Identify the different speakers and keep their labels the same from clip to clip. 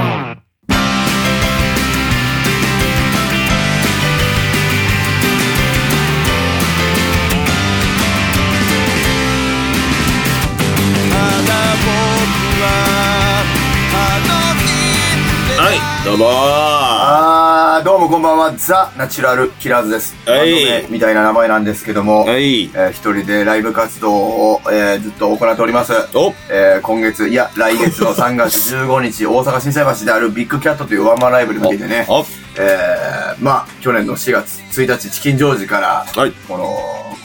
Speaker 1: 妻
Speaker 2: はい、どうもー
Speaker 3: あー、どうもこんばんは。ザ・ナチュラル・キラーズです。
Speaker 2: はい
Speaker 3: バンド名みたいな名前なんですけども、
Speaker 2: はい
Speaker 3: え。ー一人でライブ活動を、えーずっと行っております。
Speaker 2: お
Speaker 3: えー今月、いや、来月の3月15日、大阪震災橋であるビッグキャットというワンマンライブに向けてね、
Speaker 2: お
Speaker 3: えー、まあ、去年の4月1日、チキンジョージから、
Speaker 2: はい。
Speaker 3: この、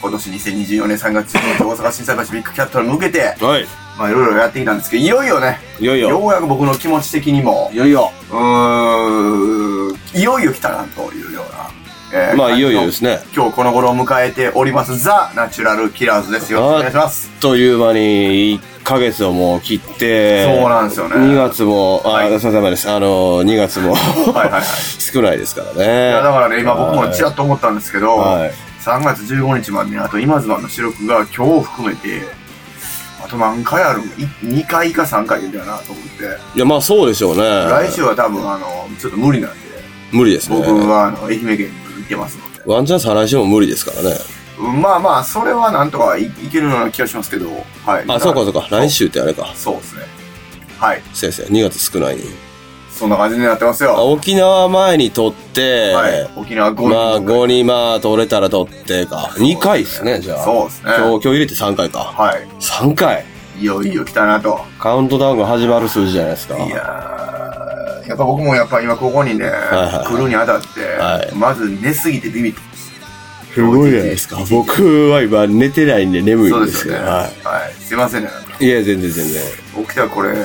Speaker 3: 今年2024年3月15日、大阪震災橋ビッグキャットに向けて、
Speaker 2: はい。
Speaker 3: まあ、いろいろやってきたんですけど、いよいよね、
Speaker 2: いよいよ。
Speaker 3: ようやく僕の気持ち的にも、
Speaker 2: いよいよ。
Speaker 3: うーん、いよいよ来たなというような。えー
Speaker 2: まあ、いよいよですね。
Speaker 3: 今日この頃を迎えております、ザ・ナチュラル・キラーズです。よろしくお願いします。
Speaker 2: あっという間に、1ヶ月をもう切って、
Speaker 3: そうなんですよね
Speaker 2: 2月も、あ、
Speaker 3: はい
Speaker 2: すいません、まです。あの、2月も、
Speaker 3: はいはいはい。
Speaker 2: 少ないですから
Speaker 3: い
Speaker 2: ね。
Speaker 3: や、だからね、今僕もちらっと思ったんですけど、
Speaker 2: はい
Speaker 3: 3月15日までに、あと今妻の主録が今日を含めて、あと何回あるの ?2 回か3回だなと思って。
Speaker 2: いや、まあそうでしょうね。
Speaker 3: 来週は多分、あの、ちょっと無理なんで、
Speaker 2: 無理ですね。
Speaker 3: 僕はあの愛媛県に行ってますので。
Speaker 2: ワンチャン再来週も無理ですからね。
Speaker 3: うんまあまあ、それはなんとかいいけるような気がしますけど、はい。
Speaker 2: あ、そうかそうか。来週ってあれか。
Speaker 3: そうですね。はい。
Speaker 2: 先生、2月少ないに。
Speaker 3: そんな感じになってます
Speaker 2: あ
Speaker 3: よ。
Speaker 2: 沖縄前に撮って、
Speaker 3: はい。沖縄5人。
Speaker 2: まあ、5にまあ、取れたら取ってか。2回ですね、じゃあ。
Speaker 3: そうですね
Speaker 2: 今日、今日入れて3回か。
Speaker 3: は
Speaker 2: 3回。
Speaker 3: い。いよいよ来たなと。
Speaker 2: カウントダウンが始まる数字じゃないですか。
Speaker 3: いやーやっぱ僕もやっぱ今ここにね、
Speaker 2: いはい
Speaker 3: 来るにあたって、
Speaker 2: はい
Speaker 3: まず寝すぎてビビってます。
Speaker 2: すごいじゃないですか。僕は今寝てないんで眠い
Speaker 3: そうんで
Speaker 2: ですす
Speaker 3: よ
Speaker 2: け
Speaker 3: ね。
Speaker 2: ど。
Speaker 3: は。
Speaker 2: はい
Speaker 3: すいませんね。なんか
Speaker 2: い。いや、全然全然。
Speaker 3: 起きたらこれ、め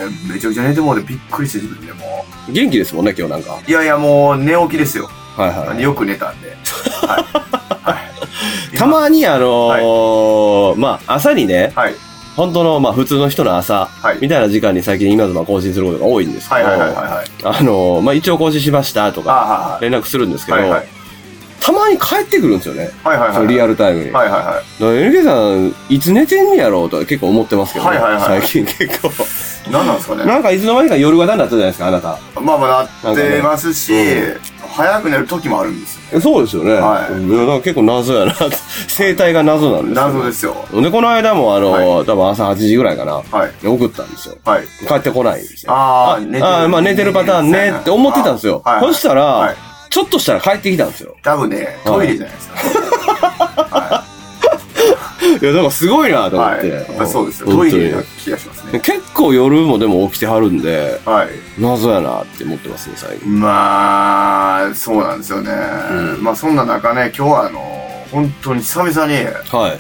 Speaker 3: ちゃくちゃ寝てもうてびっくりして自分でも
Speaker 2: 元気ですもんね、今日なんか。
Speaker 3: う。いやいやもう寝起きですよ。
Speaker 2: はいはい。
Speaker 3: よく寝たんで。はい。は い。
Speaker 2: たまにあのーまあ、朝にね、
Speaker 3: はい。
Speaker 2: 本当の、まあ、普通の人の朝、
Speaker 3: はい
Speaker 2: みたいな時間に最近今妻更新することが多いんですけど、
Speaker 3: はいはいはいはいはい。
Speaker 2: あの、まあ、一応更新しましたとか、
Speaker 3: あ
Speaker 2: 連絡するんです
Speaker 3: あ、
Speaker 2: けど、
Speaker 3: はいはい。
Speaker 2: たまに帰ってくるんですよね。
Speaker 3: はいはいはい。
Speaker 2: そのリアルタイムに。
Speaker 3: はいはいは
Speaker 2: だから NK さん、いつ寝てんねやろうとは結構思ってますけど、ね
Speaker 3: はいはいはい
Speaker 2: 最近結構。
Speaker 3: い。何なんですかね。
Speaker 2: なんかいつの間にか夜型になったじゃないですか、あなた。
Speaker 3: まあまあなってますし、
Speaker 2: なんかね
Speaker 3: 早く寝る時もあるんですよ。
Speaker 2: そうですよね。
Speaker 3: はい
Speaker 2: うんいやだから結構謎やな。 生態が謎なんですよ
Speaker 3: 謎ですよ。
Speaker 2: で、この間もあの、
Speaker 3: は
Speaker 2: 多分朝8時ぐらいかな。
Speaker 3: はい。
Speaker 2: で送ったんですよ。
Speaker 3: はい。
Speaker 2: 帰ってこないんですよ。
Speaker 3: あー寝てる
Speaker 2: あーまあ寝てるパターンねって思ってたんですよ。
Speaker 3: あーはい
Speaker 2: そしたら、
Speaker 3: はい
Speaker 2: ちょっとしたら帰ってきたんですよ。
Speaker 3: 多分ね、トイレじゃないですか。
Speaker 2: いや、だからすごいなと思っ
Speaker 3: はい。
Speaker 2: て。
Speaker 3: やっぱりそうですよ。
Speaker 2: 本
Speaker 3: ト
Speaker 2: 当に
Speaker 3: イレな気がしますね。
Speaker 2: 結構夜もでも起きてはるんで、
Speaker 3: はい。
Speaker 2: 謎やなって思ってますね、最近。
Speaker 3: まあ、そうなんですよね。まあそんな中ね、今日はあの、本当に久々に、
Speaker 2: はい。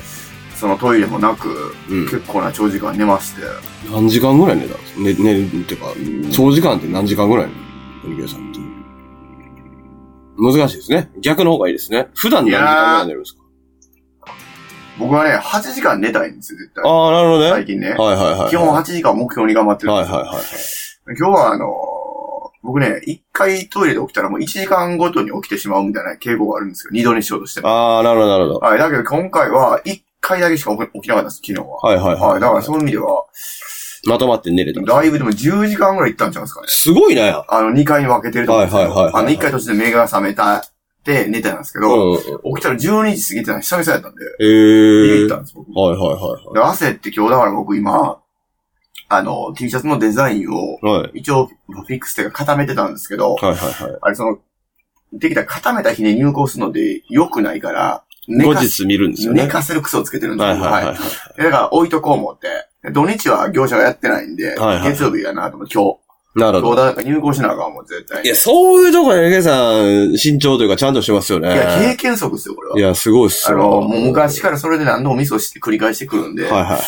Speaker 3: そのトイレもなく、
Speaker 2: うん
Speaker 3: 結構な長時間寝まして、
Speaker 2: 何時間ぐらい寝たんですか寝、寝るっていうか、長時間って何時間ぐらい寝るさんって。難しいですね。逆の方がいいですね。普段何時間ぐらい寝るんですか
Speaker 3: 僕はね、8時間寝たいんですよ、絶対。
Speaker 2: ああ、なるほどね。
Speaker 3: 最近ね。
Speaker 2: はいはいはい。
Speaker 3: 基本8時間を目標に頑張ってるん
Speaker 2: はい
Speaker 3: で
Speaker 2: はい
Speaker 3: すよ。
Speaker 2: はいはい。
Speaker 3: 今日はあのー僕ね、一回トイレで起きたらもう1時間ごとに起きてしまうみたいな傾向があるんですよ。二度にしようとしても。
Speaker 2: ああ、なるほどなるほど。
Speaker 3: はい。だけど今回は1回だけしか起き起きなかったんです、昨日は。
Speaker 2: はいはい
Speaker 3: はい。だから
Speaker 2: は
Speaker 3: そういう意味では、
Speaker 2: い。まとまって寝れたんです
Speaker 3: だいぶでも10時間ぐらい行ったんちゃうんですかね。
Speaker 2: すごいなや。
Speaker 3: あの、2回に分けてると思うんですけど、
Speaker 2: はいはいはいはい
Speaker 3: あの、1回途中で目が覚めたって寝てたんですけど、
Speaker 2: うん。
Speaker 3: 起きたら12時過ぎてたの久々やったんで、
Speaker 2: え
Speaker 3: ビビ
Speaker 2: え
Speaker 3: っ
Speaker 2: ー。
Speaker 3: たんです、僕。
Speaker 2: はいはいは
Speaker 3: で、汗って今日だから僕今、あの、T シャツのデザインを、
Speaker 2: いはい。はい。
Speaker 3: 一応、フィックスっていうか固めてたんですけど、
Speaker 2: はいはいはい。
Speaker 3: あれ、その、できたら固めた日に入稿するので良くないから、寝
Speaker 2: 後
Speaker 3: か
Speaker 2: 日見るんですよね。
Speaker 3: 寝かせる癖をつけてるんです
Speaker 2: は
Speaker 3: よ。
Speaker 2: いはいはい。
Speaker 3: だから置いとこう思って。で土日は業者がやってないんで、
Speaker 2: はいはい
Speaker 3: 月曜日やなと思って、今
Speaker 2: なる
Speaker 3: 日。
Speaker 2: ほ
Speaker 3: 今
Speaker 2: ど。
Speaker 3: 日だから入稿しなあかんもん、絶対
Speaker 2: い
Speaker 3: に。い
Speaker 2: や、そういうとこ、エゲさん、慎重というか、ちゃんとしてますよね。
Speaker 3: や、経験則ですよ、これは。
Speaker 2: いや、すごいっす
Speaker 3: あ
Speaker 2: よ。
Speaker 3: の、もう昔からそれで何度もミスをして繰り返してくるんで、
Speaker 2: はいはいはい。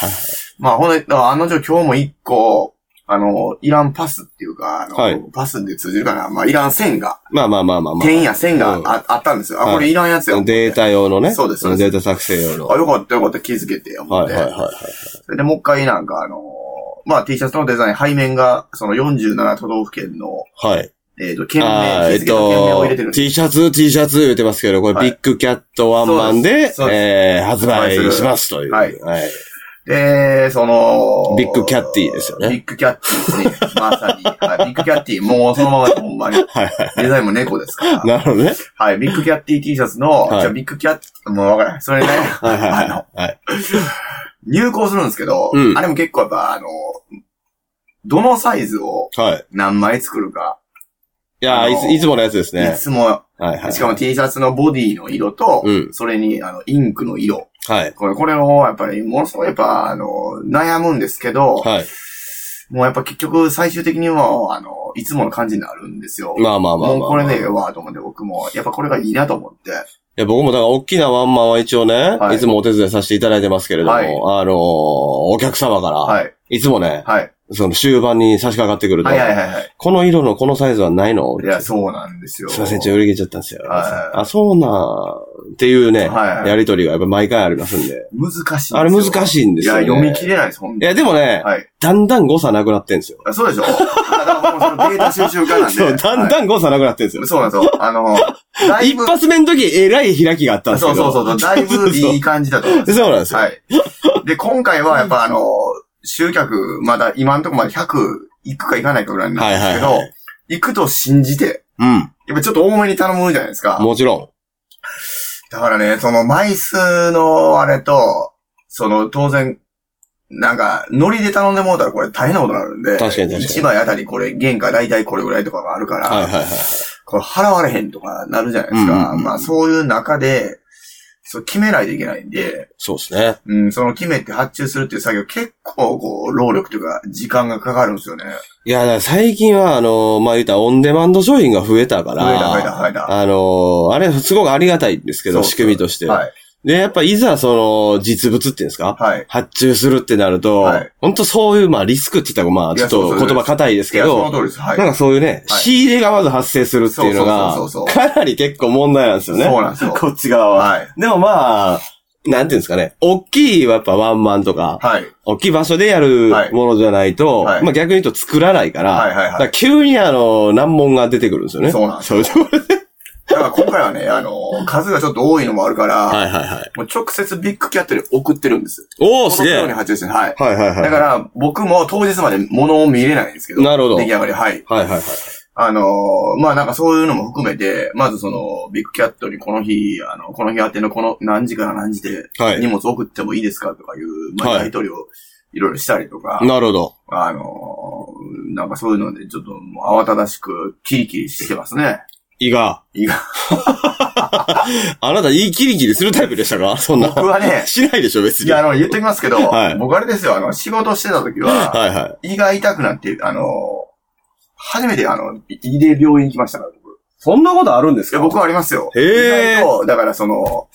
Speaker 3: まあ、ほんで、だからあの女今日も一個、あの、いらんパスっていうか、あの、
Speaker 2: はい
Speaker 3: パスで通じるかな、まあ、いらん線が、
Speaker 2: まあまあまあまあま
Speaker 3: 点や線があ,、
Speaker 2: うん
Speaker 3: あったんですよ。
Speaker 2: は
Speaker 3: あ、
Speaker 2: い
Speaker 3: これいらんやつや。
Speaker 2: あ。データ用のね。
Speaker 3: そうですそうで
Speaker 2: デ
Speaker 3: す
Speaker 2: ータ作成用の。
Speaker 3: あ、
Speaker 2: は
Speaker 3: よかったよかった、気づけてよ。
Speaker 2: い
Speaker 3: 思っ
Speaker 2: はい
Speaker 3: て
Speaker 2: はいはい。
Speaker 3: それでもう一回なんかあのーまあ T シャツのデザイン、背面が、その47都道府県の、
Speaker 2: はい。
Speaker 3: えっ、と、県
Speaker 2: あ
Speaker 3: 名、
Speaker 2: ーえ
Speaker 3: 日
Speaker 2: っ
Speaker 3: 付の県名を入れてるん
Speaker 2: と、
Speaker 3: です。
Speaker 2: T シャツ、T シャツ言ってますけど、これ
Speaker 3: はい
Speaker 2: ビッグキャットワンマンで
Speaker 3: そうです、そうです
Speaker 2: えー発売
Speaker 3: 発売する
Speaker 2: しますという。
Speaker 3: はい
Speaker 2: はい。
Speaker 3: で、その、
Speaker 2: ビッグキャッティですよね
Speaker 3: ビッグキャッティですね。まさに。はい、ビッグキャッティ、もうそのままでほんまに。
Speaker 2: はいは
Speaker 3: デザインも猫ですから
Speaker 2: い。。なるほどね。
Speaker 3: はい、ビッグキャッティ T シャツの、
Speaker 2: はい
Speaker 3: じゃあビッグキャッティ、もうわからない。それね、
Speaker 2: はいはい
Speaker 3: あの
Speaker 2: は、い。はい。
Speaker 3: 入稿するんですけど、
Speaker 2: うん
Speaker 3: あれも結構やっぱ、あの、どのサイズを
Speaker 2: はい。
Speaker 3: 何枚作るか、
Speaker 2: いや
Speaker 3: あ
Speaker 2: ー
Speaker 3: のー
Speaker 2: いつ、いつものやつです
Speaker 3: い
Speaker 2: ね。
Speaker 3: つも、
Speaker 2: はいはい。
Speaker 3: しかも T シャツのボディの色と、
Speaker 2: うん
Speaker 3: それに、あの、インクの色。
Speaker 2: はい。
Speaker 3: これ、これを、やっぱり、ものすごい、やっぱ、あの、悩むんですけど、
Speaker 2: はい。
Speaker 3: もうやっぱ結局、最終的には、あの、いつもの感じになるんですよ。
Speaker 2: まあまあまあまあまあ。
Speaker 3: もうこれね、ええわ、と思って、僕も、やっぱこれがいいなと思って。
Speaker 2: いや、僕もだから大きなワンマンは一応ね、
Speaker 3: はい
Speaker 2: い、つもお手伝いさせていただいてますけれども、
Speaker 3: はい
Speaker 2: あのーお客様から、、
Speaker 3: はいい。
Speaker 2: つもね、
Speaker 3: はい。
Speaker 2: その終盤に差し掛かってくると、
Speaker 3: はいはいはいはい。
Speaker 2: この色のこのサイズはないの
Speaker 3: いや、そうなんですよ。
Speaker 2: すいません、ちょ、売り切れちゃったんですよ。
Speaker 3: はい
Speaker 2: あ、そうなんっていうね、
Speaker 3: はいはい
Speaker 2: やりとりがやっぱ毎回ありますんで。
Speaker 3: 難しいんですよ。
Speaker 2: あれ難しいんですよ、ね。
Speaker 3: いや、読み切れないです、ほん
Speaker 2: い
Speaker 3: とに。
Speaker 2: や、でもね、
Speaker 3: はい。
Speaker 2: だんだん誤差なくなってんですよ。
Speaker 3: あそうでしょだからもうそのデータ収集家なんで。
Speaker 2: そう、だん
Speaker 3: は
Speaker 2: だん誤差なくなってんですよ
Speaker 3: い。そうなんですよ。あの、だい
Speaker 2: 一
Speaker 3: ぶ、
Speaker 2: 発目の時、えらい開きがあったんです
Speaker 3: そ
Speaker 2: け
Speaker 3: う
Speaker 2: ど。
Speaker 3: そうそうそう、だいぶいい感じだと思います。
Speaker 2: そうなんですよ。
Speaker 3: はい。で、今回はやっぱあの、集客、まだ今のところまで100行くか行かないかぐらいなんですけど、
Speaker 2: はいはいは
Speaker 3: 行くと信じて、やっぱちょっと多めに頼むじゃないですか
Speaker 2: うん。。もちろん。
Speaker 3: だからね、その枚数のあれと、その当然、なんか、ノリで頼んでもうたらこれ大変なことになるんで。
Speaker 2: 確かに確かに
Speaker 3: 1枚あたりこれ、原価大体これぐらいとかがあるから、
Speaker 2: はいはいはい。
Speaker 3: これ払われへんとかなるじゃないですか。
Speaker 2: うんうんうん
Speaker 3: まあそういう中で、そう決めないといけないんで、
Speaker 2: そうですね。
Speaker 3: うん、その決めて発注するっていう作業結構こう、労力というか、時間がかかるんですよね。
Speaker 2: いや、だから最近は、あのー、まあ、言ったらオンデマンド商品が増えたから、
Speaker 3: 増えた増えた増えた
Speaker 2: あのー、あれ、すごくありがたいんですけ
Speaker 3: そ
Speaker 2: ど、
Speaker 3: うそう
Speaker 2: 仕組みとして。
Speaker 3: はい。
Speaker 2: で、やっぱいざ、その、実物っていうんですか
Speaker 3: はい。
Speaker 2: 発注するってなると、
Speaker 3: はい
Speaker 2: 本当そういう、まあ、リスクって言ったら、まあ、
Speaker 3: い
Speaker 2: ちょ
Speaker 3: や
Speaker 2: っと
Speaker 3: そうそう
Speaker 2: 言葉硬いです
Speaker 3: い
Speaker 2: け
Speaker 3: や、その
Speaker 2: ど、
Speaker 3: 通りです。はい。
Speaker 2: なんかそういうね、
Speaker 3: はい
Speaker 2: 仕入れがまず発生するっていうのが
Speaker 3: そうそうそう、そう
Speaker 2: かなり結構問題なんですよね。
Speaker 3: そうなんですよ
Speaker 2: こっち側は。
Speaker 3: はい。
Speaker 2: でもまあ、なんていうんですかね、大きい、やっぱワンマンとか、
Speaker 3: はい。
Speaker 2: 大きい場所でやる
Speaker 3: はい
Speaker 2: ものじゃないと、
Speaker 3: はい
Speaker 2: まあ逆に言うと作らないから、
Speaker 3: はいはいは
Speaker 2: だ
Speaker 3: い
Speaker 2: から急にあの、難問が出てくるんですよね。
Speaker 3: そうなんです
Speaker 2: そういうところで。
Speaker 3: だから今回はね、あの、数がちょっと多いのもあるから、
Speaker 2: はいはいはい。
Speaker 3: もう直接ビッグキャットに送ってるんです。
Speaker 2: おー、すげえ。
Speaker 3: このように
Speaker 2: はい
Speaker 3: 発注してるはい。
Speaker 2: はいはい。
Speaker 3: だから、僕も当日まで物を見れないんですけど。
Speaker 2: なるほど
Speaker 3: 出来上がり、はい。
Speaker 2: はいはいはい。
Speaker 3: あのーまあなんかそういうのも含めて、まずその、ビッグキャットにこの日、あの、この日宛てのこの何時から何時で、
Speaker 2: はい
Speaker 3: 荷物送ってもいいですかとかいう、まあ
Speaker 2: はい
Speaker 3: やりとりをいろいろしたりとか、
Speaker 2: なるほど。
Speaker 3: あのーなんかそういうので、ちょっともう慌ただしく、キリキリしてますね。
Speaker 2: 胃が。
Speaker 3: 胃が。
Speaker 2: あなた胃キリキリするタイプでしたかそんな。
Speaker 3: 僕はね
Speaker 2: しないでしょ、別
Speaker 3: い
Speaker 2: に。
Speaker 3: や、あ
Speaker 2: はい
Speaker 3: の、言っときますけど、
Speaker 2: はい
Speaker 3: 僕あれですよ、あの、仕事してた時は、
Speaker 2: はい。
Speaker 3: 胃が痛くなって、あの、初めてあの、胃で病院行きましたから、僕。い
Speaker 2: そんなことあるんです
Speaker 3: や、僕はありますよ。
Speaker 2: へー
Speaker 3: 意外とだからその、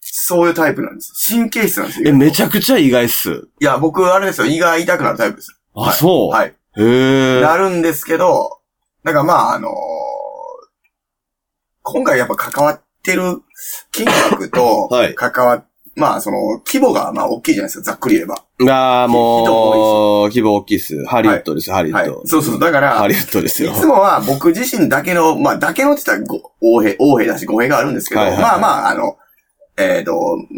Speaker 3: そういうタイプなんです。神経質なんですよ。
Speaker 2: え、めち
Speaker 3: ゃ
Speaker 2: ゃくちゃ意外っす。
Speaker 3: いや、僕、あれですよ、胃が痛くなるタイプです。
Speaker 2: あ、
Speaker 3: はい
Speaker 2: そう。
Speaker 3: はい。
Speaker 2: へえ。、
Speaker 3: なるんですけど、だからまあ、あの今回やっぱ関わってる金額と
Speaker 2: はい
Speaker 3: 関わっ、まあ、その、規模が、まあ、大きいじゃないですか、ざっくり言えば。
Speaker 2: あー
Speaker 3: 人
Speaker 2: もう、規模大きいっす。ハリウッドです、ハリウ
Speaker 3: は
Speaker 2: ッ
Speaker 3: い
Speaker 2: ド。。
Speaker 3: そうそう、だから、
Speaker 2: ハリウッドです
Speaker 3: い
Speaker 2: よ。
Speaker 3: つもは僕自身だけの、まあ、だけのって言ったらご、王兵、王兵だし、語弊があるんですけど、
Speaker 2: はいはいはい
Speaker 3: まあまあ、あの、えっ、と、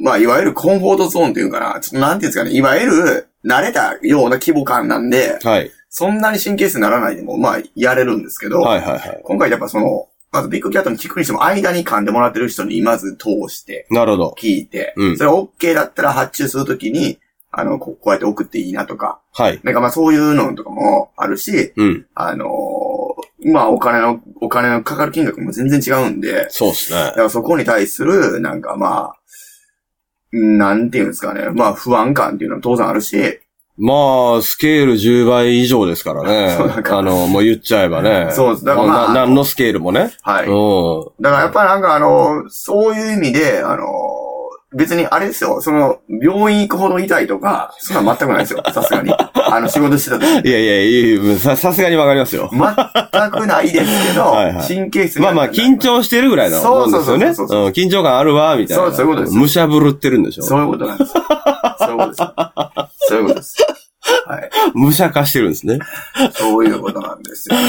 Speaker 3: まあ、いわゆるコンフォートゾーンというかな、ちょっとなんていうんですかね、いわゆる慣れたような規模感なんで、
Speaker 2: はい。
Speaker 3: そんなに神経質にならないでも、まあ、やれるんですけど、
Speaker 2: はいはいはい。
Speaker 3: 今回やっぱその、まずビッグキャットに聞くにしても、間に噛んでもらってる人にまず通して、
Speaker 2: なるほど。
Speaker 3: 聞いて、
Speaker 2: うん
Speaker 3: それ OK だったら発注するときに、あの、ここうやって送っていいなとか、
Speaker 2: はい。
Speaker 3: なんかまあそういうのとかもあるし、
Speaker 2: うん。
Speaker 3: あのーまあお金の、お金のかかる金額も全然違うんで、
Speaker 2: そうっすね
Speaker 3: だ。からそこに対する、なんかまあ、なんていうんですかね、まあ不安感っていうのは当然あるし、
Speaker 2: まあ、スケール10倍以上ですから
Speaker 3: そうなん
Speaker 2: ね。
Speaker 3: か
Speaker 2: あの、もう言っちゃえばね。
Speaker 3: そうですだからまあ
Speaker 2: な何のスケールもね。
Speaker 3: はい。
Speaker 2: う
Speaker 3: だからやっぱなんかあのーそういう意味で、あのー別にあれですよ、その、病院行くほど痛いとか、そんなん全くないです よ、さすがに。あの、仕事してた時
Speaker 2: ん。いやいやいや、さ、さすがにわかりますよ。
Speaker 3: 全くないですけど、
Speaker 2: はいはい
Speaker 3: 神経質に
Speaker 2: ま
Speaker 3: は
Speaker 2: あまあ、緊張してるぐらいのもんですよね。
Speaker 3: そうそうそうそ
Speaker 2: う
Speaker 3: う
Speaker 2: ん緊張感あるわ、みたいな。
Speaker 3: そうそういうことです
Speaker 2: むしゃぶるってるんでしょ
Speaker 3: そういうことなんですよ。そういうことです。そういうことです。はい。
Speaker 2: むしゃ化してるんですね。
Speaker 3: そういうことなんですよ、ね。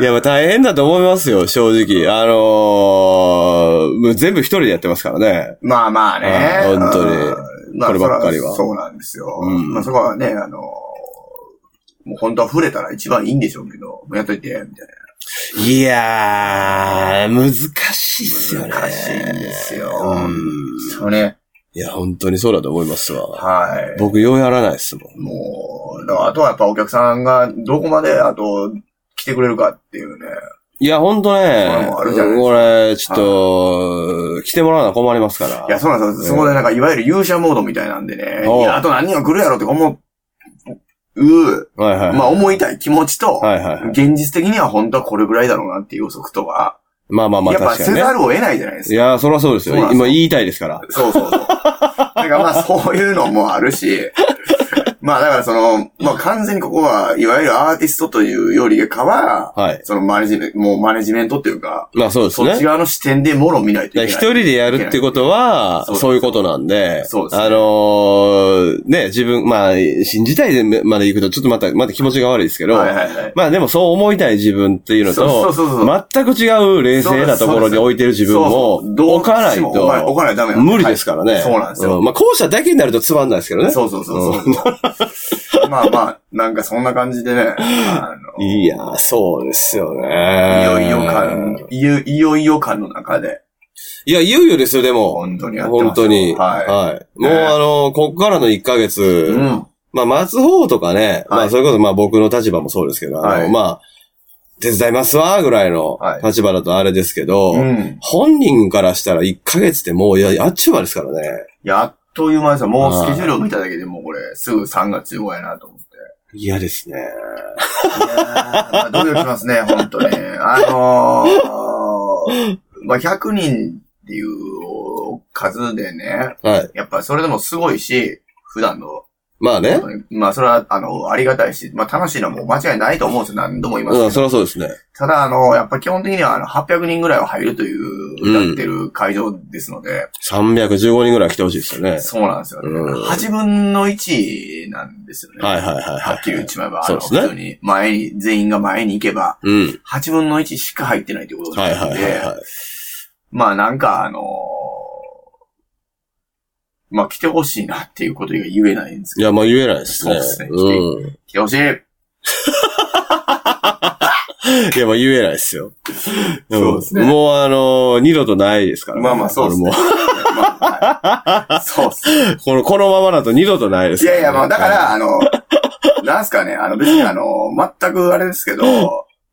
Speaker 2: いや、まあ大変だと思いますよ、正直。あのー、もう全部一人でやってますからね。
Speaker 3: まあまあね。
Speaker 2: あ本当に
Speaker 3: うんまあ
Speaker 2: こればっかりは
Speaker 3: そらそうなんですよ。
Speaker 2: うん
Speaker 3: まあそこはね、あの、もう本当は触れたら一番いいんでしょうけど、もうやっといて、みたい
Speaker 2: いやー、難しいっすよね。
Speaker 3: な。難しいんですよ。
Speaker 2: うん。
Speaker 3: そうね。
Speaker 2: いや、本当にそうだと思いますわ。
Speaker 3: はい。
Speaker 2: 僕、ようやらないっすもん。
Speaker 3: もう、だからあとはやっぱお客さんがどこまで、あと、来てくれるかっていうね。
Speaker 2: いや、ほんと
Speaker 3: それ
Speaker 2: ね、
Speaker 3: もあるじゃないですか
Speaker 2: これ、ちょっと、来てもらうのは困りますから。
Speaker 3: いや、そうなんですよ。そこでなんか、いわゆる勇者モードみたいなんでね。
Speaker 2: おう
Speaker 3: いや、あと何人が来るやろって思う、
Speaker 2: はいはい。
Speaker 3: まあ思いたい気持ちと、
Speaker 2: はいはいはい。
Speaker 3: 現実的には本当はこれぐらいだろうなっていう予測とは、
Speaker 2: まあまあまあ、
Speaker 3: やっぱ
Speaker 2: 確か
Speaker 3: せ
Speaker 2: にね。
Speaker 3: ざるを得ないじゃないです
Speaker 2: い
Speaker 3: か。
Speaker 2: や、そりゃそうですよ
Speaker 3: そうなん。ですよ
Speaker 2: 今言いたいですから。
Speaker 3: そうそうそう。だからまあそういうのもあるし、 まあだからその、まあ完全にここは、いわゆるアーティストというよりかは、
Speaker 2: はい。
Speaker 3: そのマネジメント、もうマネジメントっていうか、
Speaker 2: まあそうです
Speaker 3: そ
Speaker 2: ね。
Speaker 3: っち側の視点でもろ見ないといけ
Speaker 2: だから
Speaker 3: ない。
Speaker 2: 一人でやるってことは、
Speaker 3: そうです
Speaker 2: そういうことなんで、
Speaker 3: そうですね
Speaker 2: あのーね、自分、まあ、信じたいでまで行くと、ちょっとまた、また気持ちが悪いですけど、
Speaker 3: はいはいはい。
Speaker 2: まあでもそう思いたい自分っていうの
Speaker 3: そう
Speaker 2: と、
Speaker 3: そうそうそう
Speaker 2: 全く違う冷静なところに置いてる自分も
Speaker 3: そうそうどう
Speaker 2: 置かない
Speaker 3: 置か置
Speaker 2: と
Speaker 3: かないとダメなん
Speaker 2: 無理ですからね。
Speaker 3: はいそうなんですよ。
Speaker 2: んまあ後者だけになるとつまんないですけどね。
Speaker 3: そうそうそうそう。 まあまあ、なんかそんな感じでね、あの、い
Speaker 2: いやー、そうですよね。
Speaker 3: よいよ感、いよいよいよ感の中で、
Speaker 2: いや、いよいよですよ、でも。
Speaker 3: 本当にやってますよ
Speaker 2: 本当に。
Speaker 3: は
Speaker 2: もう
Speaker 3: ね
Speaker 2: あのー、こっからの1ヶ月、
Speaker 3: い。うん。
Speaker 2: まあ、待つ方とかね、
Speaker 3: はい
Speaker 2: まあ、それこそ、まあ、僕の立場もそうですけど、あの
Speaker 3: はい
Speaker 2: まあ、手伝いますわ、ぐらいの
Speaker 3: はい
Speaker 2: 立場だとあれですけど、
Speaker 3: うん。
Speaker 2: 本人からしたら1ヶ月ってもう、いや、あっちゅう間ですからね。
Speaker 3: やっという間ですよ。もうスケジュールを見ただけでもうこれ、すぐ3月15やなと思って。
Speaker 2: 嫌ですね。
Speaker 3: いやーまあ努力しますね、本当ね。 あのー、まあ100人っていう数でね、
Speaker 2: はい。
Speaker 3: やっぱそれでもすごいし、普段の
Speaker 2: まあね。
Speaker 3: まあ、それは、あの、ありがたいし、まあ、楽しいのはもう間違いないと思うんですよ。何度も言いますけ
Speaker 2: う
Speaker 3: ど。
Speaker 2: ん、そりゃそうですね。
Speaker 3: ただ、あの、やっぱ基本的には、あの、800人ぐらいは入るという、
Speaker 2: うん
Speaker 3: なってる会場ですので、
Speaker 2: 315人ぐらい来てほしいですよね。
Speaker 3: そうなんですよね。
Speaker 2: うん
Speaker 3: 8分の1なんですよね。
Speaker 2: はいはいはい
Speaker 3: は
Speaker 2: は
Speaker 3: っきり言っちまえば、あ
Speaker 2: そう
Speaker 3: の、
Speaker 2: ですね
Speaker 3: 普通に、前に、全員が前に行けば、
Speaker 2: い。うん。
Speaker 3: 8分の1しか入ってないということ
Speaker 2: はいは
Speaker 3: ないの
Speaker 2: はい
Speaker 3: で、
Speaker 2: はい。
Speaker 3: まあ、なんか、あのまあ、来てほしいなっていうことが言えないんで
Speaker 2: い
Speaker 3: すけど、
Speaker 2: や、まあ言えないですね。
Speaker 3: そうですね
Speaker 2: うん。
Speaker 3: 来 てほしい
Speaker 2: いや、まあ言えないですよ。
Speaker 3: そうですね
Speaker 2: んもうあのー二度とないですから、
Speaker 3: まあまあ、そうですね。
Speaker 2: こ
Speaker 3: まあはいそうっす
Speaker 2: れ
Speaker 3: ね
Speaker 2: もうこの、このままだと二度とないです
Speaker 3: い
Speaker 2: からね、
Speaker 3: やいや、まあ、だから、あの、なんすかね、あの、別にあの、全くあれですけど、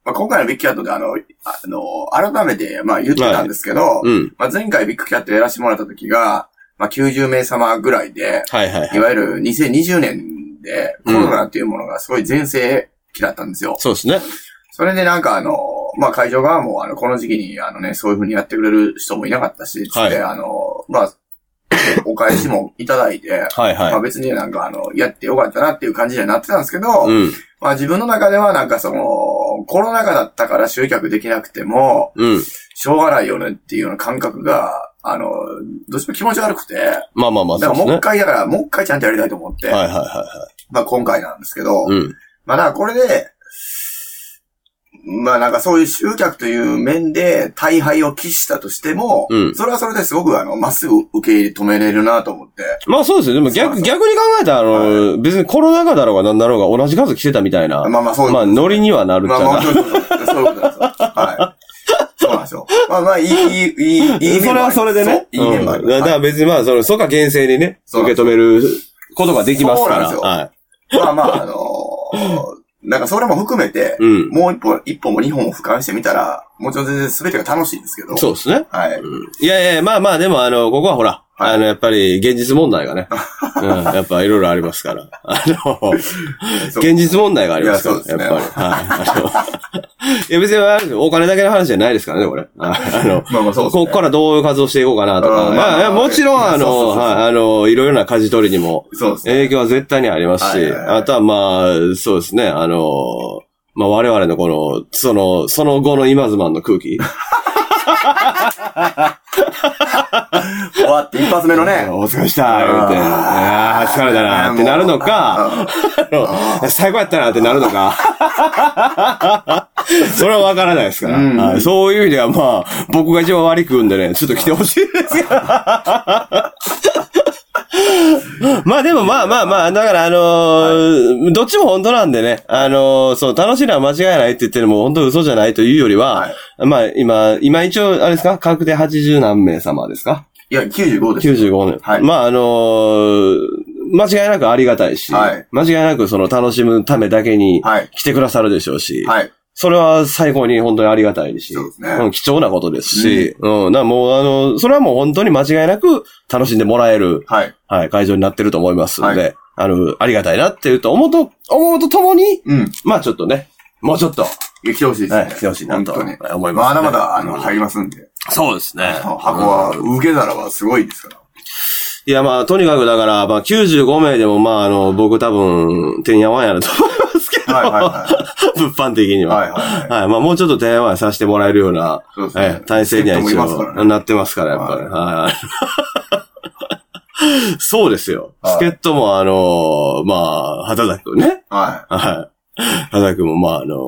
Speaker 3: まあ、今回のビッグキャットであの、あの、改めて、まあ、言ってたんですけど、
Speaker 2: うん。
Speaker 3: まあ、前回ビッグキャットやらせてもらった時が、まあ、90名様ぐらいで、
Speaker 2: はいはいはい
Speaker 3: い。わゆる2020年で、コロナっていうものがすごい全盛期だったんですよ。
Speaker 2: そうですね。
Speaker 3: それでなんかあの、まあ、会場側も、あの、この時期に、あのね、そういう風にやってくれる人もいなかったし、つって、
Speaker 2: はい
Speaker 3: あの、まあ、 お返しもいただいて、
Speaker 2: はい
Speaker 3: まあ
Speaker 2: は
Speaker 3: 別になんかあの、やってよかったなっていう感じにはなってたんですけど、
Speaker 2: い。うん。
Speaker 3: まあ自分の中ではなんかその、コロナ禍だったから集客できなくても、
Speaker 2: うん。
Speaker 3: しょうがないよねっていうような感覚が、あの、どうしても気持ち悪くて、
Speaker 2: まあまあまあ、
Speaker 3: だ
Speaker 2: そう
Speaker 3: から
Speaker 2: です
Speaker 3: も
Speaker 2: ね。
Speaker 3: う
Speaker 2: は
Speaker 3: 一
Speaker 2: い
Speaker 3: 回、だからもう一回ちゃんとやりたいと思って、
Speaker 2: はいは
Speaker 3: まあ今回なんですけど、
Speaker 2: いはい。うん。
Speaker 3: まあだからこれで、まあなんかそういう集客という面で大敗を喫したとしても、
Speaker 2: うん
Speaker 3: それはそれですごくあの、まっすぐ受け止めれるなと思って、
Speaker 2: まあそうですよ。でも
Speaker 3: そう
Speaker 2: 逆、
Speaker 3: そう
Speaker 2: 逆に考えたら、あの、別にコロナ禍だろうが何だろうが同じ数来てたみたいな。
Speaker 3: まあまあそういう
Speaker 2: まあ、ノリにはなるっち
Speaker 3: ま
Speaker 2: ゃ
Speaker 3: あ
Speaker 2: な
Speaker 3: まあ、そうそうそうそういうことなんですよ。はい。そうなんですよ。まあまあ、いい、いい、いい、いい
Speaker 2: それはそれでね。
Speaker 3: いい面もあ
Speaker 2: うんだ
Speaker 3: る。
Speaker 2: から別にまあ、その、そか厳正にね、
Speaker 3: そうなん
Speaker 2: 受
Speaker 3: で
Speaker 2: け
Speaker 3: す
Speaker 2: 止めることができますから。
Speaker 3: そう
Speaker 2: は。
Speaker 3: ないまあまあ、あのーなんかそれも含めて、
Speaker 2: うん。
Speaker 3: もう一歩、一歩も二歩も俯瞰してみたら、もちろん全然全てが楽しいんですけど。
Speaker 2: そうですね。
Speaker 3: はい。
Speaker 2: いやいや、まあまあ、でもあの、ここはほら、
Speaker 3: はい
Speaker 2: あの、やっぱり現実問題が ね、うん、やっぱいろいろありますから。あの、
Speaker 3: そう
Speaker 2: 現実問題がありますから、
Speaker 3: いやそうです
Speaker 2: や
Speaker 3: ね
Speaker 2: っぱり。はい。あの、い や別にあのお金だけの話じゃないですからね、これ。あの、
Speaker 3: まあまあ、そうです
Speaker 2: こ
Speaker 3: ね。
Speaker 2: こからどういう活動していこうかなとか。
Speaker 3: うん
Speaker 2: まあいや、もちろんあ
Speaker 3: そう
Speaker 2: の、
Speaker 3: そうそうそう
Speaker 2: はい、あの、いろいろな舵取りにも
Speaker 3: そうですね。
Speaker 2: 影響は絶対にあります
Speaker 3: はい
Speaker 2: し、
Speaker 3: はいはい
Speaker 2: あとはまあ、そうですね、あの、まあ我々のこの、その、その後の今ズマンの空気。
Speaker 3: 終わって一発目のね。
Speaker 2: お疲れした言うて、
Speaker 3: あー
Speaker 2: ああ、疲れたなってなるのか、あの最高やったなってなるのか。 それはわからないですから、
Speaker 3: うん
Speaker 2: はいそういう意味ではまあ、僕が一番割り食うんでね、ちょっと来てほしいですけど。 まあでもまあまあまあ、だからあのーどっちも本当なんでね、あのーそう、楽しいのは間違いないって言ってるのも本当嘘じゃないというよりは、
Speaker 3: はい
Speaker 2: まあ今、今一応、あれですか確定80何名様ですか
Speaker 3: いや、95です。
Speaker 2: ?95 年。
Speaker 3: はい
Speaker 2: まああのー間違いなくありがたいし、
Speaker 3: はい
Speaker 2: 間違いなくその楽しむためだけに
Speaker 3: はい。
Speaker 2: 来てくださるでしょうし、
Speaker 3: はい。
Speaker 2: それは最高に本当にありがたいし、
Speaker 3: そうですね
Speaker 2: ん貴重なことですし、うん、なもうあの、それはもう本当に間違いなく楽しんでもらえる、
Speaker 3: はい。
Speaker 2: はい、会場になってると思いますので、
Speaker 3: は
Speaker 2: あの、ありがたいなっていうと思うと、思うとともに、
Speaker 3: うん。
Speaker 2: まあちょっとね、もうちょっと、
Speaker 3: いや来てほしいですね。
Speaker 2: はい、来てほしいなと
Speaker 3: 本当に。
Speaker 2: 思いま、
Speaker 3: ます
Speaker 2: ね。
Speaker 3: だまだ、あの、入りますんで。
Speaker 2: そうですね。
Speaker 3: 箱は、受け皿はすごいですから。
Speaker 2: いや、まあ、とにかくだから、まあ、95名でも、まあ、あの、僕多分、てんやわんやなと思いますけど、
Speaker 3: はいはいは
Speaker 2: 物販的に
Speaker 3: い。
Speaker 2: は。
Speaker 3: はいはいはい。
Speaker 2: はい、まあ、もうちょっとてんやわんやさせてもらえるような、
Speaker 3: そうです
Speaker 2: え
Speaker 3: ね
Speaker 2: え、。体制には
Speaker 3: 助
Speaker 2: 一
Speaker 3: っ人もいますから
Speaker 2: 応、
Speaker 3: ね。
Speaker 2: なってますから、やっぱり。はい。 そうですよ。
Speaker 3: はい
Speaker 2: 助っ人も、あのー、まあ、畑崎くんね。
Speaker 3: はい。
Speaker 2: はい。畑崎くんも、まあ、あのー、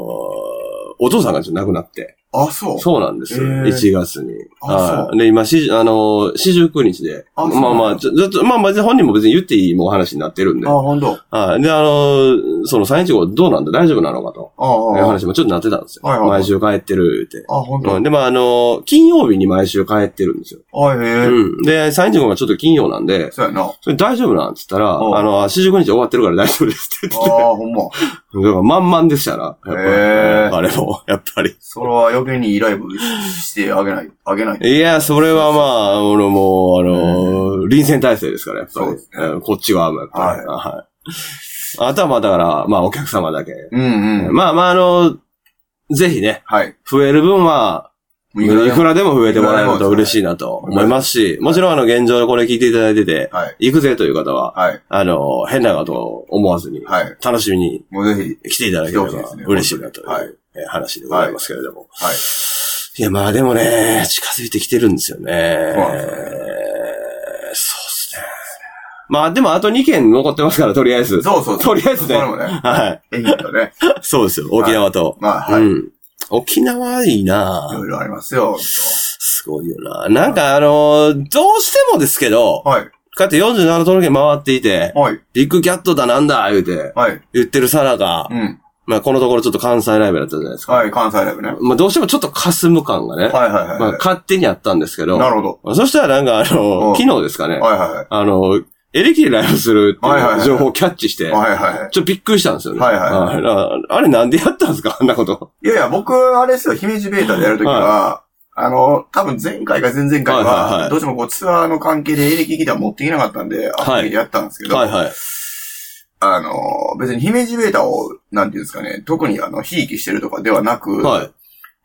Speaker 2: お父さんがちょっと亡くなって。
Speaker 3: あ、そう。
Speaker 2: そうなんですよ。
Speaker 3: へー
Speaker 2: 1月に。
Speaker 3: あ
Speaker 2: は
Speaker 3: そ
Speaker 2: い。で、今、四十あのー、四十九日で。
Speaker 3: あそう
Speaker 2: まあまあ、ちょちょっと、まあ、別に本人も別に言っていいもう話になってるんで。
Speaker 3: あ、
Speaker 2: は
Speaker 3: ほんと。
Speaker 2: い。で、あのー、その3日後どうなんだ大丈夫なのかと。
Speaker 3: ああ
Speaker 2: いう
Speaker 3: ああ、
Speaker 2: 話もちょっとなってたんですよ。
Speaker 3: はいはいはい
Speaker 2: 毎週帰ってるって。
Speaker 3: あ、ほん
Speaker 2: う
Speaker 3: と
Speaker 2: ん。。で、まあ、あの、金曜日に毎週帰ってるんですよ。
Speaker 3: あ、へえ。
Speaker 2: うん。で、35がちょっと金曜なんで、
Speaker 3: そうやな。あ
Speaker 2: それ大丈夫なんつったら、
Speaker 3: うん
Speaker 2: あの、45日終わってるから大丈夫ですって 言って
Speaker 3: あ、ほんま。
Speaker 2: て、だから満々でしたな。やっぱり
Speaker 3: へー
Speaker 2: あれも、やっぱり。
Speaker 3: それは余計にいいライブしてあげない、あげない。
Speaker 2: いや、それはまあ、俺もう、あの、臨戦態勢ですから、やっぱり。
Speaker 3: そうですね
Speaker 2: んこっちは、やっぱり。はい。あとはまあ、だから、まあ、お客様だけ。
Speaker 3: うんうん。
Speaker 2: まあまあ、あの、ぜひね、
Speaker 3: はい。
Speaker 2: 増える分は、いくらでも増えてもらえると嬉しいなと思いますし、もちろんあの現状でこれ聞いていただいてて、
Speaker 3: はい。
Speaker 2: 行くぜという方は、
Speaker 3: はい。
Speaker 2: あの、変なことを思わずに、
Speaker 3: はい。
Speaker 2: 楽しみに
Speaker 3: もうぜひ。
Speaker 2: 来ていただければ
Speaker 3: そうですね
Speaker 2: 嬉しいなとい
Speaker 3: はいう
Speaker 2: え話でございますけれども。
Speaker 3: はい。
Speaker 2: いや、まあでもね、近づいてきてるんですよね。
Speaker 3: そうなんですね
Speaker 2: そうですね。まあでもあと2件残ってますから、とりあえず。
Speaker 3: そうそうそ
Speaker 2: と
Speaker 3: う。
Speaker 2: りあえずね
Speaker 3: それもね。
Speaker 2: はい。
Speaker 3: ええだね。
Speaker 2: そうですよ、沖縄と。
Speaker 3: まあ、はい。い
Speaker 2: うん。沖縄いいな
Speaker 3: ろいろありますよ。
Speaker 2: すごいよな。なんかあのーどうしてもですけど、
Speaker 3: はい。
Speaker 2: かって47都道府県回っていて、
Speaker 3: はい。
Speaker 2: ビッグキャットだなんだ、言うて、
Speaker 3: はい。
Speaker 2: 言ってるさなか
Speaker 3: う、ん。
Speaker 2: まあこのところちょっと関西ライブだったじゃないですか。
Speaker 3: はい。関西ライブね。はい
Speaker 2: まあどうしてもちょっと霞む感がね、
Speaker 3: はいはい
Speaker 2: まあ
Speaker 3: は
Speaker 2: 勝手にあったんですけど
Speaker 3: い。、なるほど。
Speaker 2: そしたらなんかあ
Speaker 3: う
Speaker 2: の、
Speaker 3: ん
Speaker 2: 昨日ですかね、
Speaker 3: はいは
Speaker 2: あの、エレキでライブするって
Speaker 3: はいはい
Speaker 2: い
Speaker 3: は
Speaker 2: う
Speaker 3: い
Speaker 2: 情報をキャッチして
Speaker 3: い。、はいはいは
Speaker 2: ちょっとびっくりしたんですよね。
Speaker 3: はいはいはい
Speaker 2: いだからあれなんでやったんですかあんなこと。
Speaker 3: い。いやいや、僕、あれですよ、姫路ベータでやるときは、あの、多分前回か前々回
Speaker 2: はいはいは
Speaker 3: は、
Speaker 2: い
Speaker 3: どうしてもこうツアーの関係でエレキギター持っていけなかったんで、ア
Speaker 2: はい
Speaker 3: プリでやったんですけど、
Speaker 2: はいはい。
Speaker 3: あの、別に姫路ベータを、なんていうんですかね、特にあの、ひいきしてるとかではなく、
Speaker 2: はい。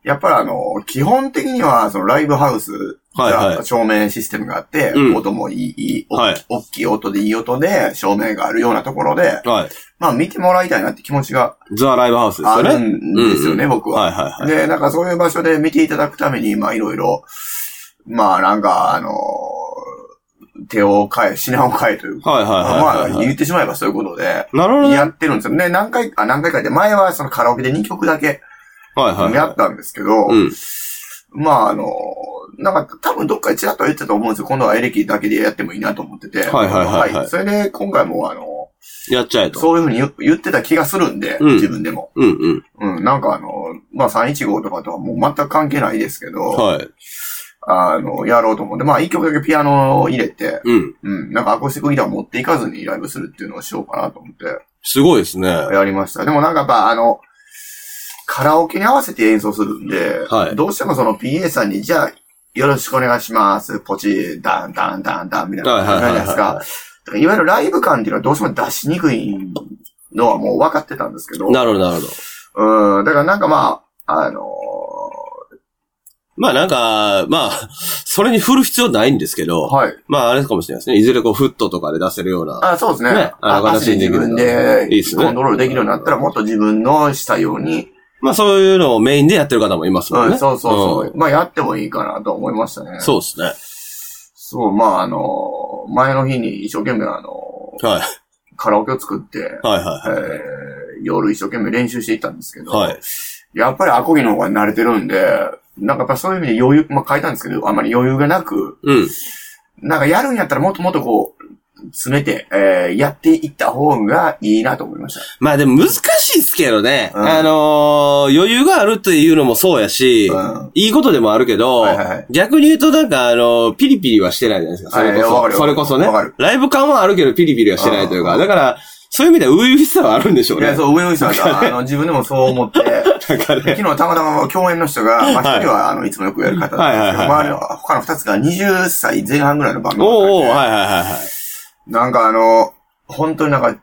Speaker 3: やっぱりあの、基本的には、そのライブハウス
Speaker 2: はいはい
Speaker 3: が照明システムがあって、
Speaker 2: うん
Speaker 3: 音もいい、いい、お
Speaker 2: はい
Speaker 3: 大きい音でいい音で、照明があるようなところで、
Speaker 2: はい。
Speaker 3: まあ見てもらいたいなって気持ちが
Speaker 2: ザ・ライブハウスです
Speaker 3: あ
Speaker 2: よね。
Speaker 3: るんですよね、僕
Speaker 2: は
Speaker 3: は。
Speaker 2: いはいはい。
Speaker 3: で、なんかそういう場所で見ていただくために、まあいろいろ、まあなんか、あの手を変え、品を変えというか、
Speaker 2: はいはいはいはい
Speaker 3: ま
Speaker 2: は
Speaker 3: あ
Speaker 2: い。
Speaker 3: 言ってしまえばそういうことで、
Speaker 2: なるほどね。
Speaker 3: やってるんですよね。何回、あ、何回かで、前はそのカラオケで2曲だけ
Speaker 2: はいはい。
Speaker 3: やったんですけど、
Speaker 2: うん。
Speaker 3: まああの、なんか多分どっかでちらっと言ってたと思うんですよ。今度はエレキだけでやってもいいなと思ってて。
Speaker 2: はいはいはいはい
Speaker 3: それで今回もあの、
Speaker 2: やっちゃえと。
Speaker 3: そういうふうに言言ってた気がするんで、
Speaker 2: うん
Speaker 3: 自分でも。
Speaker 2: うんうん。
Speaker 3: うん、なんかあの、まあ315とかとはもう全く関係ないですけど、
Speaker 2: はい。
Speaker 3: あの、やろうと思うんで、まあ一曲だけピアノを入れて、
Speaker 2: うん。
Speaker 3: うん、なんかアコースティックギター持っていかずにライブするっていうのをしようかなと思って。
Speaker 2: すごいですね。は
Speaker 3: やりました。でもなんかやっぱあの、カラオケに合わせて演奏するんで、
Speaker 2: はい
Speaker 3: どうしてもその PA さんに、じゃあ、よろしくお願いします。ポチ、ダン、ダン、ダン、ダン、みたい
Speaker 2: い
Speaker 3: な
Speaker 2: はい
Speaker 3: 感じじゃ
Speaker 2: はい
Speaker 3: ないですか
Speaker 2: は。
Speaker 3: だからいわゆるライブ感っていうのはどうしても出しにくいのはもう分かってたんですけど、
Speaker 2: い。なるほどなるほど。
Speaker 3: うん、だからなんかまあ、あの
Speaker 2: まあなんか、まあ、それに振る必要ないんですけど、
Speaker 3: ーはい。
Speaker 2: まああれかもしれないですね。いずれこうフットとかで出せるような。
Speaker 3: あそうですね。
Speaker 2: ねあ
Speaker 3: あ
Speaker 2: の
Speaker 3: 足で自
Speaker 2: 形
Speaker 3: 分
Speaker 2: にできるの
Speaker 3: で
Speaker 2: いいっすね
Speaker 3: コントロールできるようになったらもっと自分のしたように、
Speaker 2: まあそういうのをメインでやってる方もいますも
Speaker 3: うんん
Speaker 2: ね。
Speaker 3: そうそうそう。
Speaker 2: ん
Speaker 3: まあやってもいいかなと思いましたね。
Speaker 2: そうですね。
Speaker 3: そう、まあ、あの、前の日に一生懸命あの、
Speaker 2: はい。
Speaker 3: カラオケを作って、
Speaker 2: はいは
Speaker 3: えー夜一生懸命練習していったんですけど、
Speaker 2: はい
Speaker 3: やっぱりアコギの方が慣れてるんで、なんかやっぱそういう意味で余裕、まあ書いたんですけど、あんまり余裕がなく、
Speaker 2: い。うん。
Speaker 3: なんかやるんやったらもっともっとこう、詰めて、えーやっていった方がいいなと思いました。
Speaker 2: まあでも難しいっすけどね。
Speaker 3: うん
Speaker 2: あのー余裕があるっていうのもそうやし、
Speaker 3: うん
Speaker 2: いいことでもあるけど、
Speaker 3: はいはいはい
Speaker 2: 逆に言うとなんかあの、ピリピリはしてないじゃないですか。それこ
Speaker 3: はいわ
Speaker 2: そ。
Speaker 3: かるよ
Speaker 2: それこそね
Speaker 3: わかる。
Speaker 2: ライブ感はあるけどピリピリはしてないというか、
Speaker 3: うん
Speaker 2: だから、そういう意味では初々しさはあるんでしょう
Speaker 3: いや、
Speaker 2: ね。
Speaker 3: そう、上野さんが、あの、自分でもそう 思って、
Speaker 2: なんか
Speaker 3: 昨
Speaker 2: ね。
Speaker 3: 日たまたま共演の人が、まあ、一人は、あの、いつもよくやる方なんですけど、
Speaker 2: はいはいはいはい
Speaker 3: 周りの、他の二つが20歳前半ぐらいの番組
Speaker 2: おうおう、はいはいはいはい。
Speaker 3: なんかあの、本当になんか、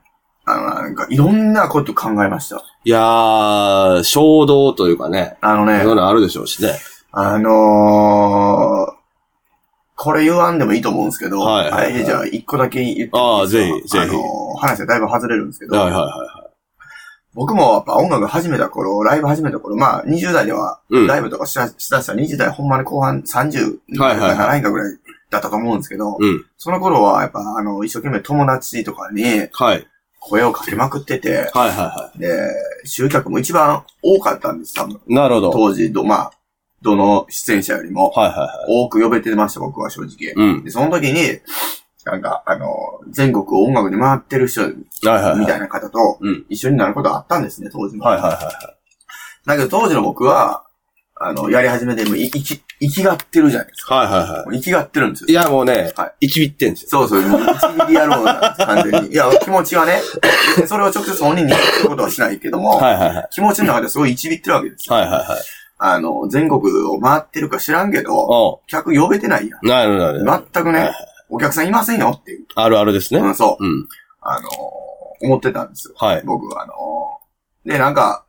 Speaker 3: あの、なんか、いろんなこと考えました。
Speaker 2: いやー、衝動というかね。
Speaker 3: あの
Speaker 2: そう
Speaker 3: ね
Speaker 2: いう、のあるでしょうしね。
Speaker 3: あのー、これ言わんでもいいと思うんですけど、
Speaker 2: はいはいはい
Speaker 3: あれじゃあ、一個だけ言っていいですか
Speaker 2: ああぜひぜひ
Speaker 3: あのー話はだいぶ外れるんですけど、
Speaker 2: はいはいはい。
Speaker 3: 僕もやっぱ音楽始めた頃、ライブ始めた頃、まあ20代では、
Speaker 2: うん
Speaker 3: ライブとかしだしだしたら20代ほんまに後半30、
Speaker 2: はいはいはい
Speaker 3: 7かぐらいだったと思うんですけど、
Speaker 2: うん。
Speaker 3: その頃はやっぱあの、一生懸命友達とかに
Speaker 2: はい。はい
Speaker 3: 声をかけまくってて、
Speaker 2: はいは
Speaker 3: で、集客も一番多かったんです、多分。
Speaker 2: い。なるほど。はい
Speaker 3: 当時、ど、まあ、どの出演者よりも
Speaker 2: はいは
Speaker 3: 多く呼べてました、僕は正直。
Speaker 2: い。うん。
Speaker 3: で、その時に、なんか、あの、全国を音楽で回ってる人
Speaker 2: はいはいはい。
Speaker 3: みたいな方と
Speaker 2: うん、
Speaker 3: 一緒になることがあったんですね、当時も。
Speaker 2: はいはいは
Speaker 3: だけど当時の僕は、あの、やり始めても、い生き、生きがってるじゃないですか。
Speaker 2: い。はいはいはい。
Speaker 3: もう生きがってるんです
Speaker 2: い
Speaker 3: よ。
Speaker 2: や、もうね、
Speaker 3: はい
Speaker 2: 一ビってんですよ。
Speaker 3: そうそう、もう一切り野郎なんです、完全に。いや、気持ちはね、別にそれを直接本人に言うことはしないけども、
Speaker 2: はいはいはい。
Speaker 3: 気持ちの中ですごい一びってるわけですよ。
Speaker 2: はいはいはい。
Speaker 3: あの、全国を回ってるか知らんけど、
Speaker 2: お
Speaker 3: 客呼べてないやん。
Speaker 2: うなるほどなるほど。
Speaker 3: 全く
Speaker 2: はいは
Speaker 3: ね
Speaker 2: い、
Speaker 3: お客さんいませんよっていう。
Speaker 2: あるあるですね。
Speaker 3: うん、そう。
Speaker 2: うん。
Speaker 3: あのー思ってたんですよ。
Speaker 2: はい。
Speaker 3: 僕は、あのーで、なんか、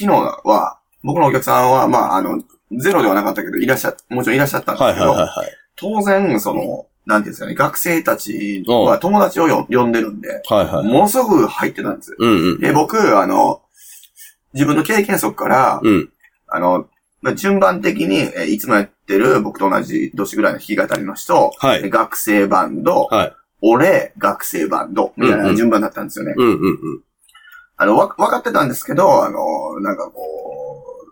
Speaker 3: 昨日は、僕のお客さんは、まあ、あの、ゼロではなかったけど、いらっしゃ、もちろんいらっしゃったんで
Speaker 2: はい
Speaker 3: す
Speaker 2: は
Speaker 3: け
Speaker 2: い
Speaker 3: ど、
Speaker 2: はいはい。
Speaker 3: 当然、その、なんていうんですかね、学生たち
Speaker 2: お
Speaker 3: は友達をよ呼んでるんで、
Speaker 2: はいはい。
Speaker 3: ものすごく入ってたんですよ。
Speaker 2: うんうん。
Speaker 3: で、僕、あの、自分の経験則から、
Speaker 2: うん。
Speaker 3: あの、まあ順番的に、えーいつもやってる僕と同じ年ぐらいの弾き語りの人、
Speaker 2: はい
Speaker 3: で学生バンド、
Speaker 2: はい
Speaker 3: 俺、学生バンド、みた
Speaker 2: う
Speaker 3: い
Speaker 2: んう
Speaker 3: なん順番だったんですよね。
Speaker 2: うんうんうん。
Speaker 3: あの、わ、わかってたんですけど、あの、なんかこ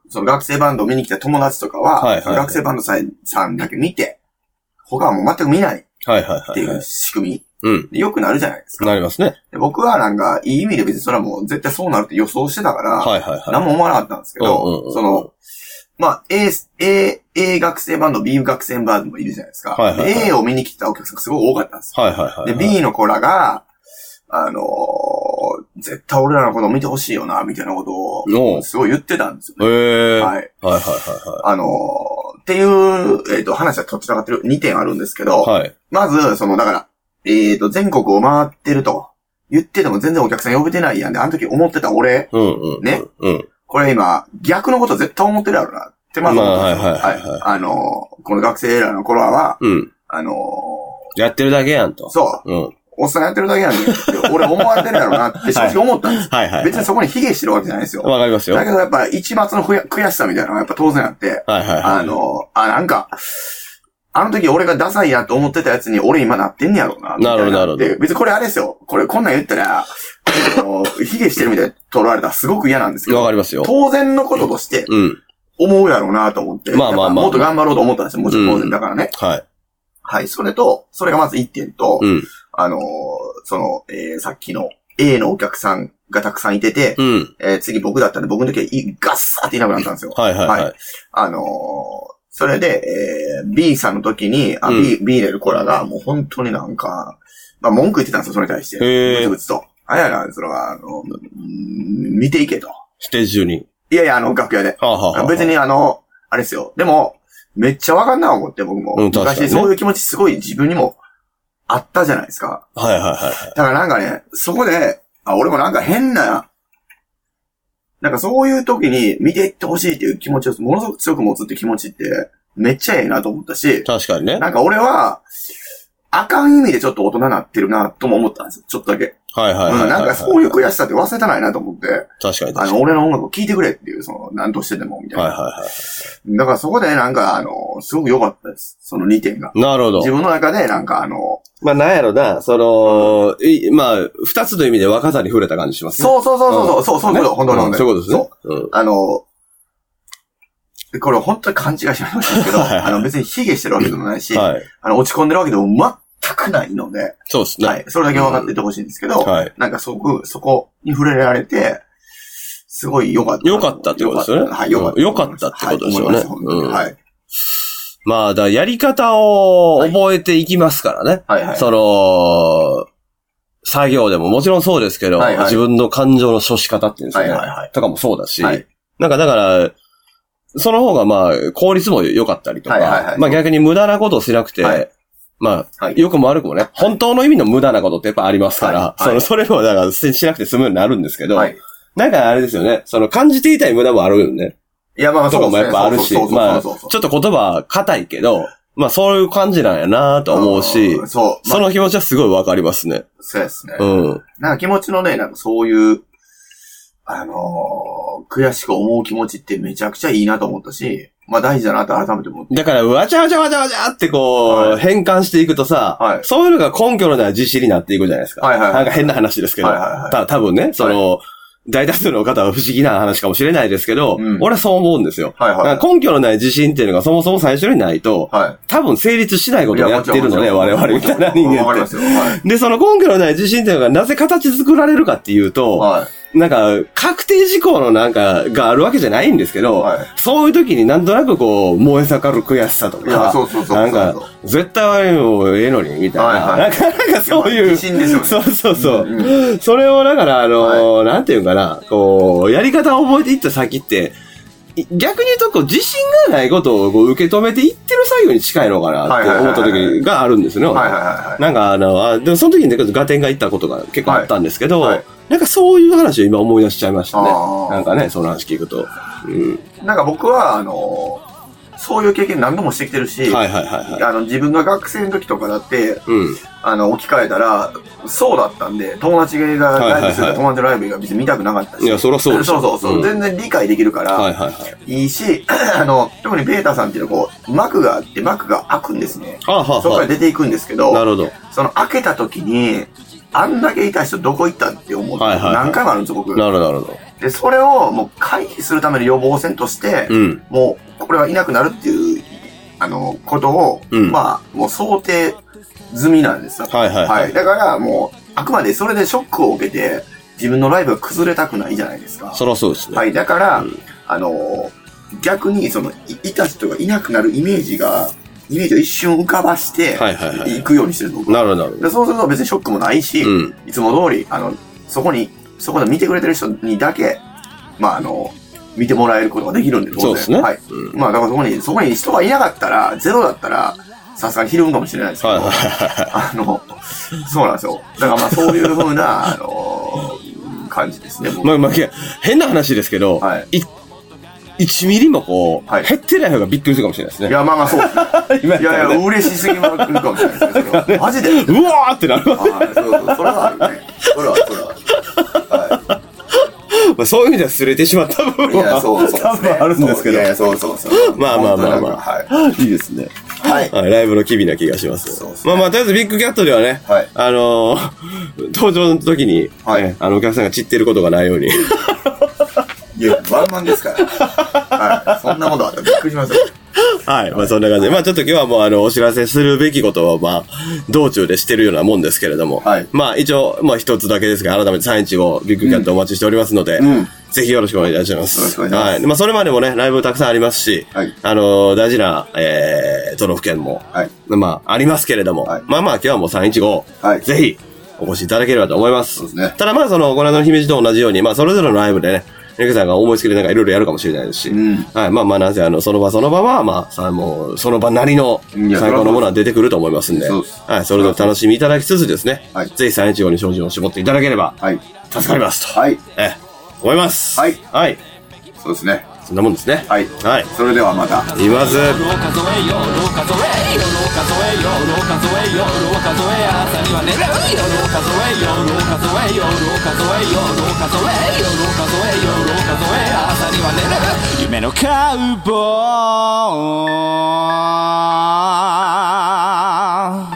Speaker 3: う、その学生バンドを見に来た友達とかは、
Speaker 2: はいはいはい
Speaker 3: 学生バンドさんさんだけ見て、他はもう全く見ないっ
Speaker 2: はいはいは
Speaker 3: て
Speaker 2: い
Speaker 3: い
Speaker 2: は
Speaker 3: う
Speaker 2: い。
Speaker 3: 仕組み、
Speaker 2: うん。
Speaker 3: で良くなるじゃないですか。
Speaker 2: なりますね。
Speaker 3: で僕はなんか、いい意味で別にそれはもう絶対そうなるって予想してたから、
Speaker 2: はいはいは
Speaker 3: 何も思わなかったんです
Speaker 2: うん
Speaker 3: け
Speaker 2: うんう
Speaker 3: ど、
Speaker 2: ん
Speaker 3: その、まあ、A、A、A 学生バンド、B 学生バンドもいるじゃないですか。
Speaker 2: はいはいはい
Speaker 3: で A を見に来たお客さんがすごい多かったんですよ
Speaker 2: い。はいはいはい。
Speaker 3: で、、B の子らが、あのー絶対俺らのこと見てほしいよな、みたいなこと
Speaker 2: お
Speaker 3: を、
Speaker 2: う
Speaker 3: すごい言ってたんですよ、ね。
Speaker 2: へえ。はいは
Speaker 3: はい。
Speaker 2: いはいは
Speaker 3: あのーっていう、えっ、と、話はとっちらかってる2点あるんですけど、
Speaker 2: い。はい。
Speaker 3: まず、その、だから、えっ、と、全国を回ってると、言ってても全然お客さん呼べてないやんで、あの時思ってた俺、
Speaker 2: うんうんうん。
Speaker 3: ね。
Speaker 2: うん。
Speaker 3: これ今、逆のこと絶対思ってるやろな、ってまず思ったんですよ、
Speaker 2: まあはいはいはいはい
Speaker 3: あのーこの学生らの頃は、
Speaker 2: うん。
Speaker 3: あの
Speaker 2: やってるだけやん
Speaker 3: ー
Speaker 2: と。
Speaker 3: そう、
Speaker 2: うん。はい
Speaker 3: おっさんやってるだけやねんって、俺思われてるやろなって正直思ったんです。
Speaker 2: はいはい。
Speaker 3: 別にそこに卑下してるわけじゃないですよ。
Speaker 2: わかりますよ。は
Speaker 3: だ
Speaker 2: い
Speaker 3: けどやっぱ一抹の悔悔しさみたいなのがやっぱ当然あって、
Speaker 2: はいはい。
Speaker 3: あ、の、あ、なんか、あの時俺がダサいやと思ってたやつに俺今なってんねやろうな。みた
Speaker 2: な
Speaker 3: い
Speaker 2: るほどなるほど
Speaker 3: で別にこれあれですよ。これこんなん言ったら、あの、卑下してるみたいに取られたらすごく嫌なんですけ
Speaker 2: わ
Speaker 3: ど
Speaker 2: か、りますよ。
Speaker 3: 当然のこととして
Speaker 2: うん。
Speaker 3: 思うやろうなと思って、
Speaker 2: まあまあまあ
Speaker 3: やっぱもっと頑張ろうと思ったんですよ。もちろん当
Speaker 2: うん
Speaker 3: 然だからね。
Speaker 2: はい。
Speaker 3: はい、それと、それがまず1点と、
Speaker 2: うん。
Speaker 3: あのーその、えーさっきの A のお客さんがたくさんいてて、
Speaker 2: うん。
Speaker 3: えー次僕だったんで、僕の時はいガッサーっていなくなったんですよ。
Speaker 2: はいはいはい。
Speaker 3: あのーそれで、えー B さんの時に、あ
Speaker 2: うん
Speaker 3: B、B レルコラが、もう本当になんか、まあ文句言ってたんですよ、それに対して。
Speaker 2: へー
Speaker 3: ぶつぶつと。あやな、それは、あの、うん見ていけと。
Speaker 2: ステージ中に。
Speaker 3: いやいや、あの、楽屋で。
Speaker 2: はあはあはあ。
Speaker 3: 別にあの、あれですよ。でも、めっちゃわかんない思って、僕も。
Speaker 2: うん確かにね
Speaker 3: 昔そういう気持ちすごい自分にもあったじゃないですか。
Speaker 2: はいはいはい。
Speaker 3: だからなんかね、そこで、あ、俺もなんか変な、なんかそういう時に見ていってほしいっていう気持ちをものすごく強く持つって気持ちって、めっちゃええなと思ったし、
Speaker 2: 確かにね。
Speaker 3: なんか俺は、あかん意味でちょっと大人になってるなとも思ったんですよ。ちょっとだけ。
Speaker 2: はいはいはいは
Speaker 3: う
Speaker 2: い。
Speaker 3: んなんかそういう悔しさって忘れたないなと思って、
Speaker 2: 確かに確
Speaker 3: あ
Speaker 2: か
Speaker 3: の、俺の音楽を聴いてくれっていう、その、何としてでも、みたい
Speaker 2: に。
Speaker 3: な。
Speaker 2: はいはいは
Speaker 3: だからそこでなんか、あの、すごく良かったです。その2点が。
Speaker 2: い。なるほど
Speaker 3: 自。分の中でなんかあの、
Speaker 2: まあなんやろな、その、いまあ、二つの意味で若さに触れた感じしますね。
Speaker 3: そうそうそうそう、そう、そういうこと、本当に
Speaker 2: う
Speaker 3: 本
Speaker 2: ん
Speaker 3: 当に。
Speaker 2: そういうことです
Speaker 3: そ
Speaker 2: ね。うん
Speaker 3: あの、これ本当に勘違いしましたけど、
Speaker 2: はい
Speaker 3: あの別に卑下してるわけでもないし、
Speaker 2: はい。
Speaker 3: あの落ち込んでるわけでもくないので、
Speaker 2: そうですね。
Speaker 3: はい。それだけ分かっててほしいんですけど、
Speaker 2: うんはい
Speaker 3: なんかそこ、そこに触れられて、すごい良かった。
Speaker 2: 良かったってことですよね
Speaker 3: はい、良かった。
Speaker 2: うん良かったってことですよね
Speaker 3: はい思いました本当に
Speaker 2: うん
Speaker 3: はい。
Speaker 2: まあ、だからやり方を覚えていきますからね。
Speaker 3: はいはい。
Speaker 2: その、作業でももちろんそうですけど、
Speaker 3: はいはい
Speaker 2: 自分の感情の処し方っていうんですか
Speaker 3: はい
Speaker 2: ね。
Speaker 3: はいはい。
Speaker 2: とかもそうだし、
Speaker 3: はい
Speaker 2: なんかだから、その方がまあ、効率も良かったりとか、
Speaker 3: はいはいはい
Speaker 2: まあ逆に無駄なことをしなくて、
Speaker 3: はい
Speaker 2: まあ、
Speaker 3: はい
Speaker 2: 良くも悪くもね、本当の意味の無駄なことってやっぱありますから、
Speaker 3: はい
Speaker 2: そ
Speaker 3: は
Speaker 2: の、
Speaker 3: い
Speaker 2: それをだからししなくて済むようになるんですけど、
Speaker 3: はい。
Speaker 2: なんかあれですよね、その感じていたい無駄もあるよね。
Speaker 3: いや、まあまあ、
Speaker 2: とかもやっぱあるし、
Speaker 3: そうそう
Speaker 2: まあ、
Speaker 3: そう
Speaker 2: ち
Speaker 3: そう
Speaker 2: ょ
Speaker 3: そう
Speaker 2: っと言葉硬いけど、まあそういう感じなんやなと思うし、
Speaker 3: んそう。ま
Speaker 2: そ
Speaker 3: あ、
Speaker 2: の気持ちはすごいわかりますね。
Speaker 3: そうですね。
Speaker 2: うん。
Speaker 3: なんか気持ちのね、なんかそういう、あのー悔しく思う気持ちってめちゃくちゃいいなと思ったし、まあ大事だなって改めて思って。
Speaker 2: だから、わちゃわちゃわちゃわちゃってこう、
Speaker 3: はい
Speaker 2: 変換していくとさ、
Speaker 3: はい
Speaker 2: そういうのが根拠のない自信になっていくじゃないですか。
Speaker 3: はいはいはい
Speaker 2: なんか変な話ですけど、
Speaker 3: はいはいはい
Speaker 2: た多分ね、その、大多数の方は不思議な話かもしれないですけど、
Speaker 3: うん
Speaker 2: 俺はそう思うんですよ。
Speaker 3: はいはい。
Speaker 2: だから根拠のない自信っていうのがそもそも最初にないと、
Speaker 3: は
Speaker 2: 多分成立しない
Speaker 3: い。
Speaker 2: ことをやってるの
Speaker 3: い
Speaker 2: で、
Speaker 3: や
Speaker 2: 我々みたいな人
Speaker 3: わか
Speaker 2: 間っ
Speaker 3: りま
Speaker 2: て。
Speaker 3: すよ。はい。
Speaker 2: で、その根拠のない自信っていうのがなぜ形作られるかっていうと、
Speaker 3: は
Speaker 2: なんか、確定事項のなんかがあるわけじゃないんですけど、
Speaker 3: い。はい。
Speaker 2: そういう時になんとなくこう、燃え盛る悔しさと
Speaker 3: いや、
Speaker 2: か、
Speaker 3: そうそうそうそう。
Speaker 2: なんか、絶対悪いのええのに、みたいな。
Speaker 3: はいはい
Speaker 2: なんか、なんかそういう。
Speaker 3: 自信ですよね
Speaker 2: そうそうそう。
Speaker 3: うんうん
Speaker 2: それをだから、あのーなんていうんかな、こう、やり方を覚えていった先って、い逆に言うと、こう、自信がないことをこう受け止めていってる作業に近いのかなって思った
Speaker 3: はいはいはいは
Speaker 2: 時があるんですね。
Speaker 3: はいはいはい
Speaker 2: なんかあの、あでもその時にね、ガテンが行ったことが結構あったんですけど、
Speaker 3: はいはい
Speaker 2: なんかそういう話を今思い出しちゃいましたね
Speaker 3: あ。ー
Speaker 2: なんかね、その話聞くと。うん。
Speaker 3: はい。なんか僕は、あのーそういう経験何度もしてきてるし、
Speaker 2: はいはいはいはい。
Speaker 3: あの、自分が学生の時とかだって、
Speaker 2: うん。
Speaker 3: あの、置き換えたら、そうだったんで、友達がライブする
Speaker 2: はいはいはい
Speaker 3: と友達のライブが別に見たくなかったし。
Speaker 2: いや、そりゃそう
Speaker 3: そ
Speaker 2: で
Speaker 3: う
Speaker 2: しょ。
Speaker 3: そうそう
Speaker 2: うん
Speaker 3: 全然理解できるから、
Speaker 2: はいはいはい。
Speaker 3: い、いし、 あの、特にベータさんっていうのはこう、膜があって、膜が開くんですね。
Speaker 2: あは
Speaker 3: そ
Speaker 2: あ
Speaker 3: こか
Speaker 2: は
Speaker 3: ら出ていくんですけ
Speaker 2: あ。な
Speaker 3: ど、
Speaker 2: るほど。
Speaker 3: その開けた時に、あんだけいた人どこ行ったって思う。
Speaker 2: はいはいはい
Speaker 3: 何回もあるんですよ、僕。
Speaker 2: なるほど、なるほど。
Speaker 3: で、それをもう回避するための予防線として、
Speaker 2: うん。
Speaker 3: もう、これはいなくなるっていう、あの、ことを、
Speaker 2: うん
Speaker 3: まあ、もう想定済みなんですよ。
Speaker 2: はいはいはい。
Speaker 3: だから、もう、あくまでそれでショックを受けて、自分のライブが崩れたくないじゃないですか。
Speaker 2: そりゃそうですね。。
Speaker 3: はいい、だから、
Speaker 2: うん
Speaker 3: あのー逆に、その、いいた人がいなくなるイメージが、イメージを一瞬浮かばして、
Speaker 2: はいはいはい
Speaker 3: 行くようにしてるの。
Speaker 2: なるほど、なるほ
Speaker 3: でそうすると別にショックもないし、
Speaker 2: ど。うん。
Speaker 3: いつも通り、あの、そこに、そこで見てくれてる人にだけ、まあ、あの、見てもらえることができるんで、当然
Speaker 2: そうですね。
Speaker 3: はい。
Speaker 2: うん
Speaker 3: まあ、だからそこに、そこに人がいなかったら、ゼロだったら、さすがにひるむかもしれないですけど、
Speaker 2: はいはいはいはい。
Speaker 3: あの、そうなんですよ。だからまあ、そういうふうな、あのー感じですね、僕
Speaker 2: まあまあ、いや変な話ですけど、
Speaker 3: はい。
Speaker 2: 1ミリもこう、
Speaker 3: はい
Speaker 2: 減ってない方がびっくりするかもしれないです
Speaker 3: い
Speaker 2: ね。
Speaker 3: や、まあまあ、そうですね。
Speaker 2: 今やっ
Speaker 3: い
Speaker 2: たら
Speaker 3: やいや、
Speaker 2: ね。
Speaker 3: 嬉しすぎまくるかもしれないですけど、マジで。
Speaker 2: うわーってなるわ。
Speaker 3: ああ、そうそう、それはあるね。それは、それはある。
Speaker 2: まあそういう意味では擦れてしまった部
Speaker 3: はい。い
Speaker 2: 分
Speaker 3: や、
Speaker 2: は、
Speaker 3: そうそう。
Speaker 2: 多分あるんですけど
Speaker 3: い。やいや、そうそうそう。
Speaker 2: まあまあまあまあ
Speaker 3: はい。
Speaker 2: いいですね。
Speaker 3: はい。
Speaker 2: はい、ライブの機微な気がします。
Speaker 3: そうです
Speaker 2: ま
Speaker 3: ね
Speaker 2: あまあ、とりあえずビッグキャットではね、
Speaker 3: はい
Speaker 2: あのー 登場の時に、
Speaker 3: はい
Speaker 2: ねあの、お客さんが散ってることがないよう に。
Speaker 3: いや、ワンマンですから。はい。そんなことあったらびっくりしますよ。
Speaker 2: はい、まあそんな感じで。まあちょっと今日はもうあの、お知らせするべきことをまあ、道中でしてるようなもんですけれども。
Speaker 3: はい
Speaker 2: まあ一応、まあ一つだけですが、改めて315ビッグキャットお待ちしておりますので、
Speaker 3: うん。
Speaker 2: ぜひよろしくお願いいたします。
Speaker 3: よろしくお願い
Speaker 2: はい。
Speaker 3: します
Speaker 2: まあそれまでもね、ライブたくさんありますし、
Speaker 3: はい
Speaker 2: あの、大事な、えー、都道府県も、
Speaker 3: はい。
Speaker 2: まあありますけれども、
Speaker 3: はい
Speaker 2: まあまあ今日はもう315、
Speaker 3: はい
Speaker 2: ぜひお越しいただければと思います。
Speaker 3: そうですね
Speaker 2: ただまあその、ご覧の姫路と同じように、まあそれぞれのライブでね、ゆきさんが思いつきでなんかいろいろやるかもしれないですし、
Speaker 3: うん。
Speaker 2: はい、まあまあ、なぜ、あの、その場その場は、まあ、さもう、その場なりの
Speaker 3: いや
Speaker 2: 最高のものは出てくると思いますんで、
Speaker 3: そうです
Speaker 2: はい、それぞれ楽しみいただきつつですね、
Speaker 3: はい
Speaker 2: ぜひ315に照準を絞っていただければ、
Speaker 3: はい。
Speaker 2: 助かりますと、
Speaker 3: はい。
Speaker 2: ええ、思います。
Speaker 3: はい
Speaker 2: はい。
Speaker 3: そうですね。
Speaker 2: そんなもんですね。
Speaker 3: はい
Speaker 2: はい。
Speaker 3: それではまた。
Speaker 2: います。
Speaker 4: ローカゾエよローカゾエよローカゾエよローカゾエよローカゾエ朝には寝るよローカゾエよローカゾエよローカゾエよローカゾエよローカゾエよローカゾエ朝には寝る夢のカウボーイ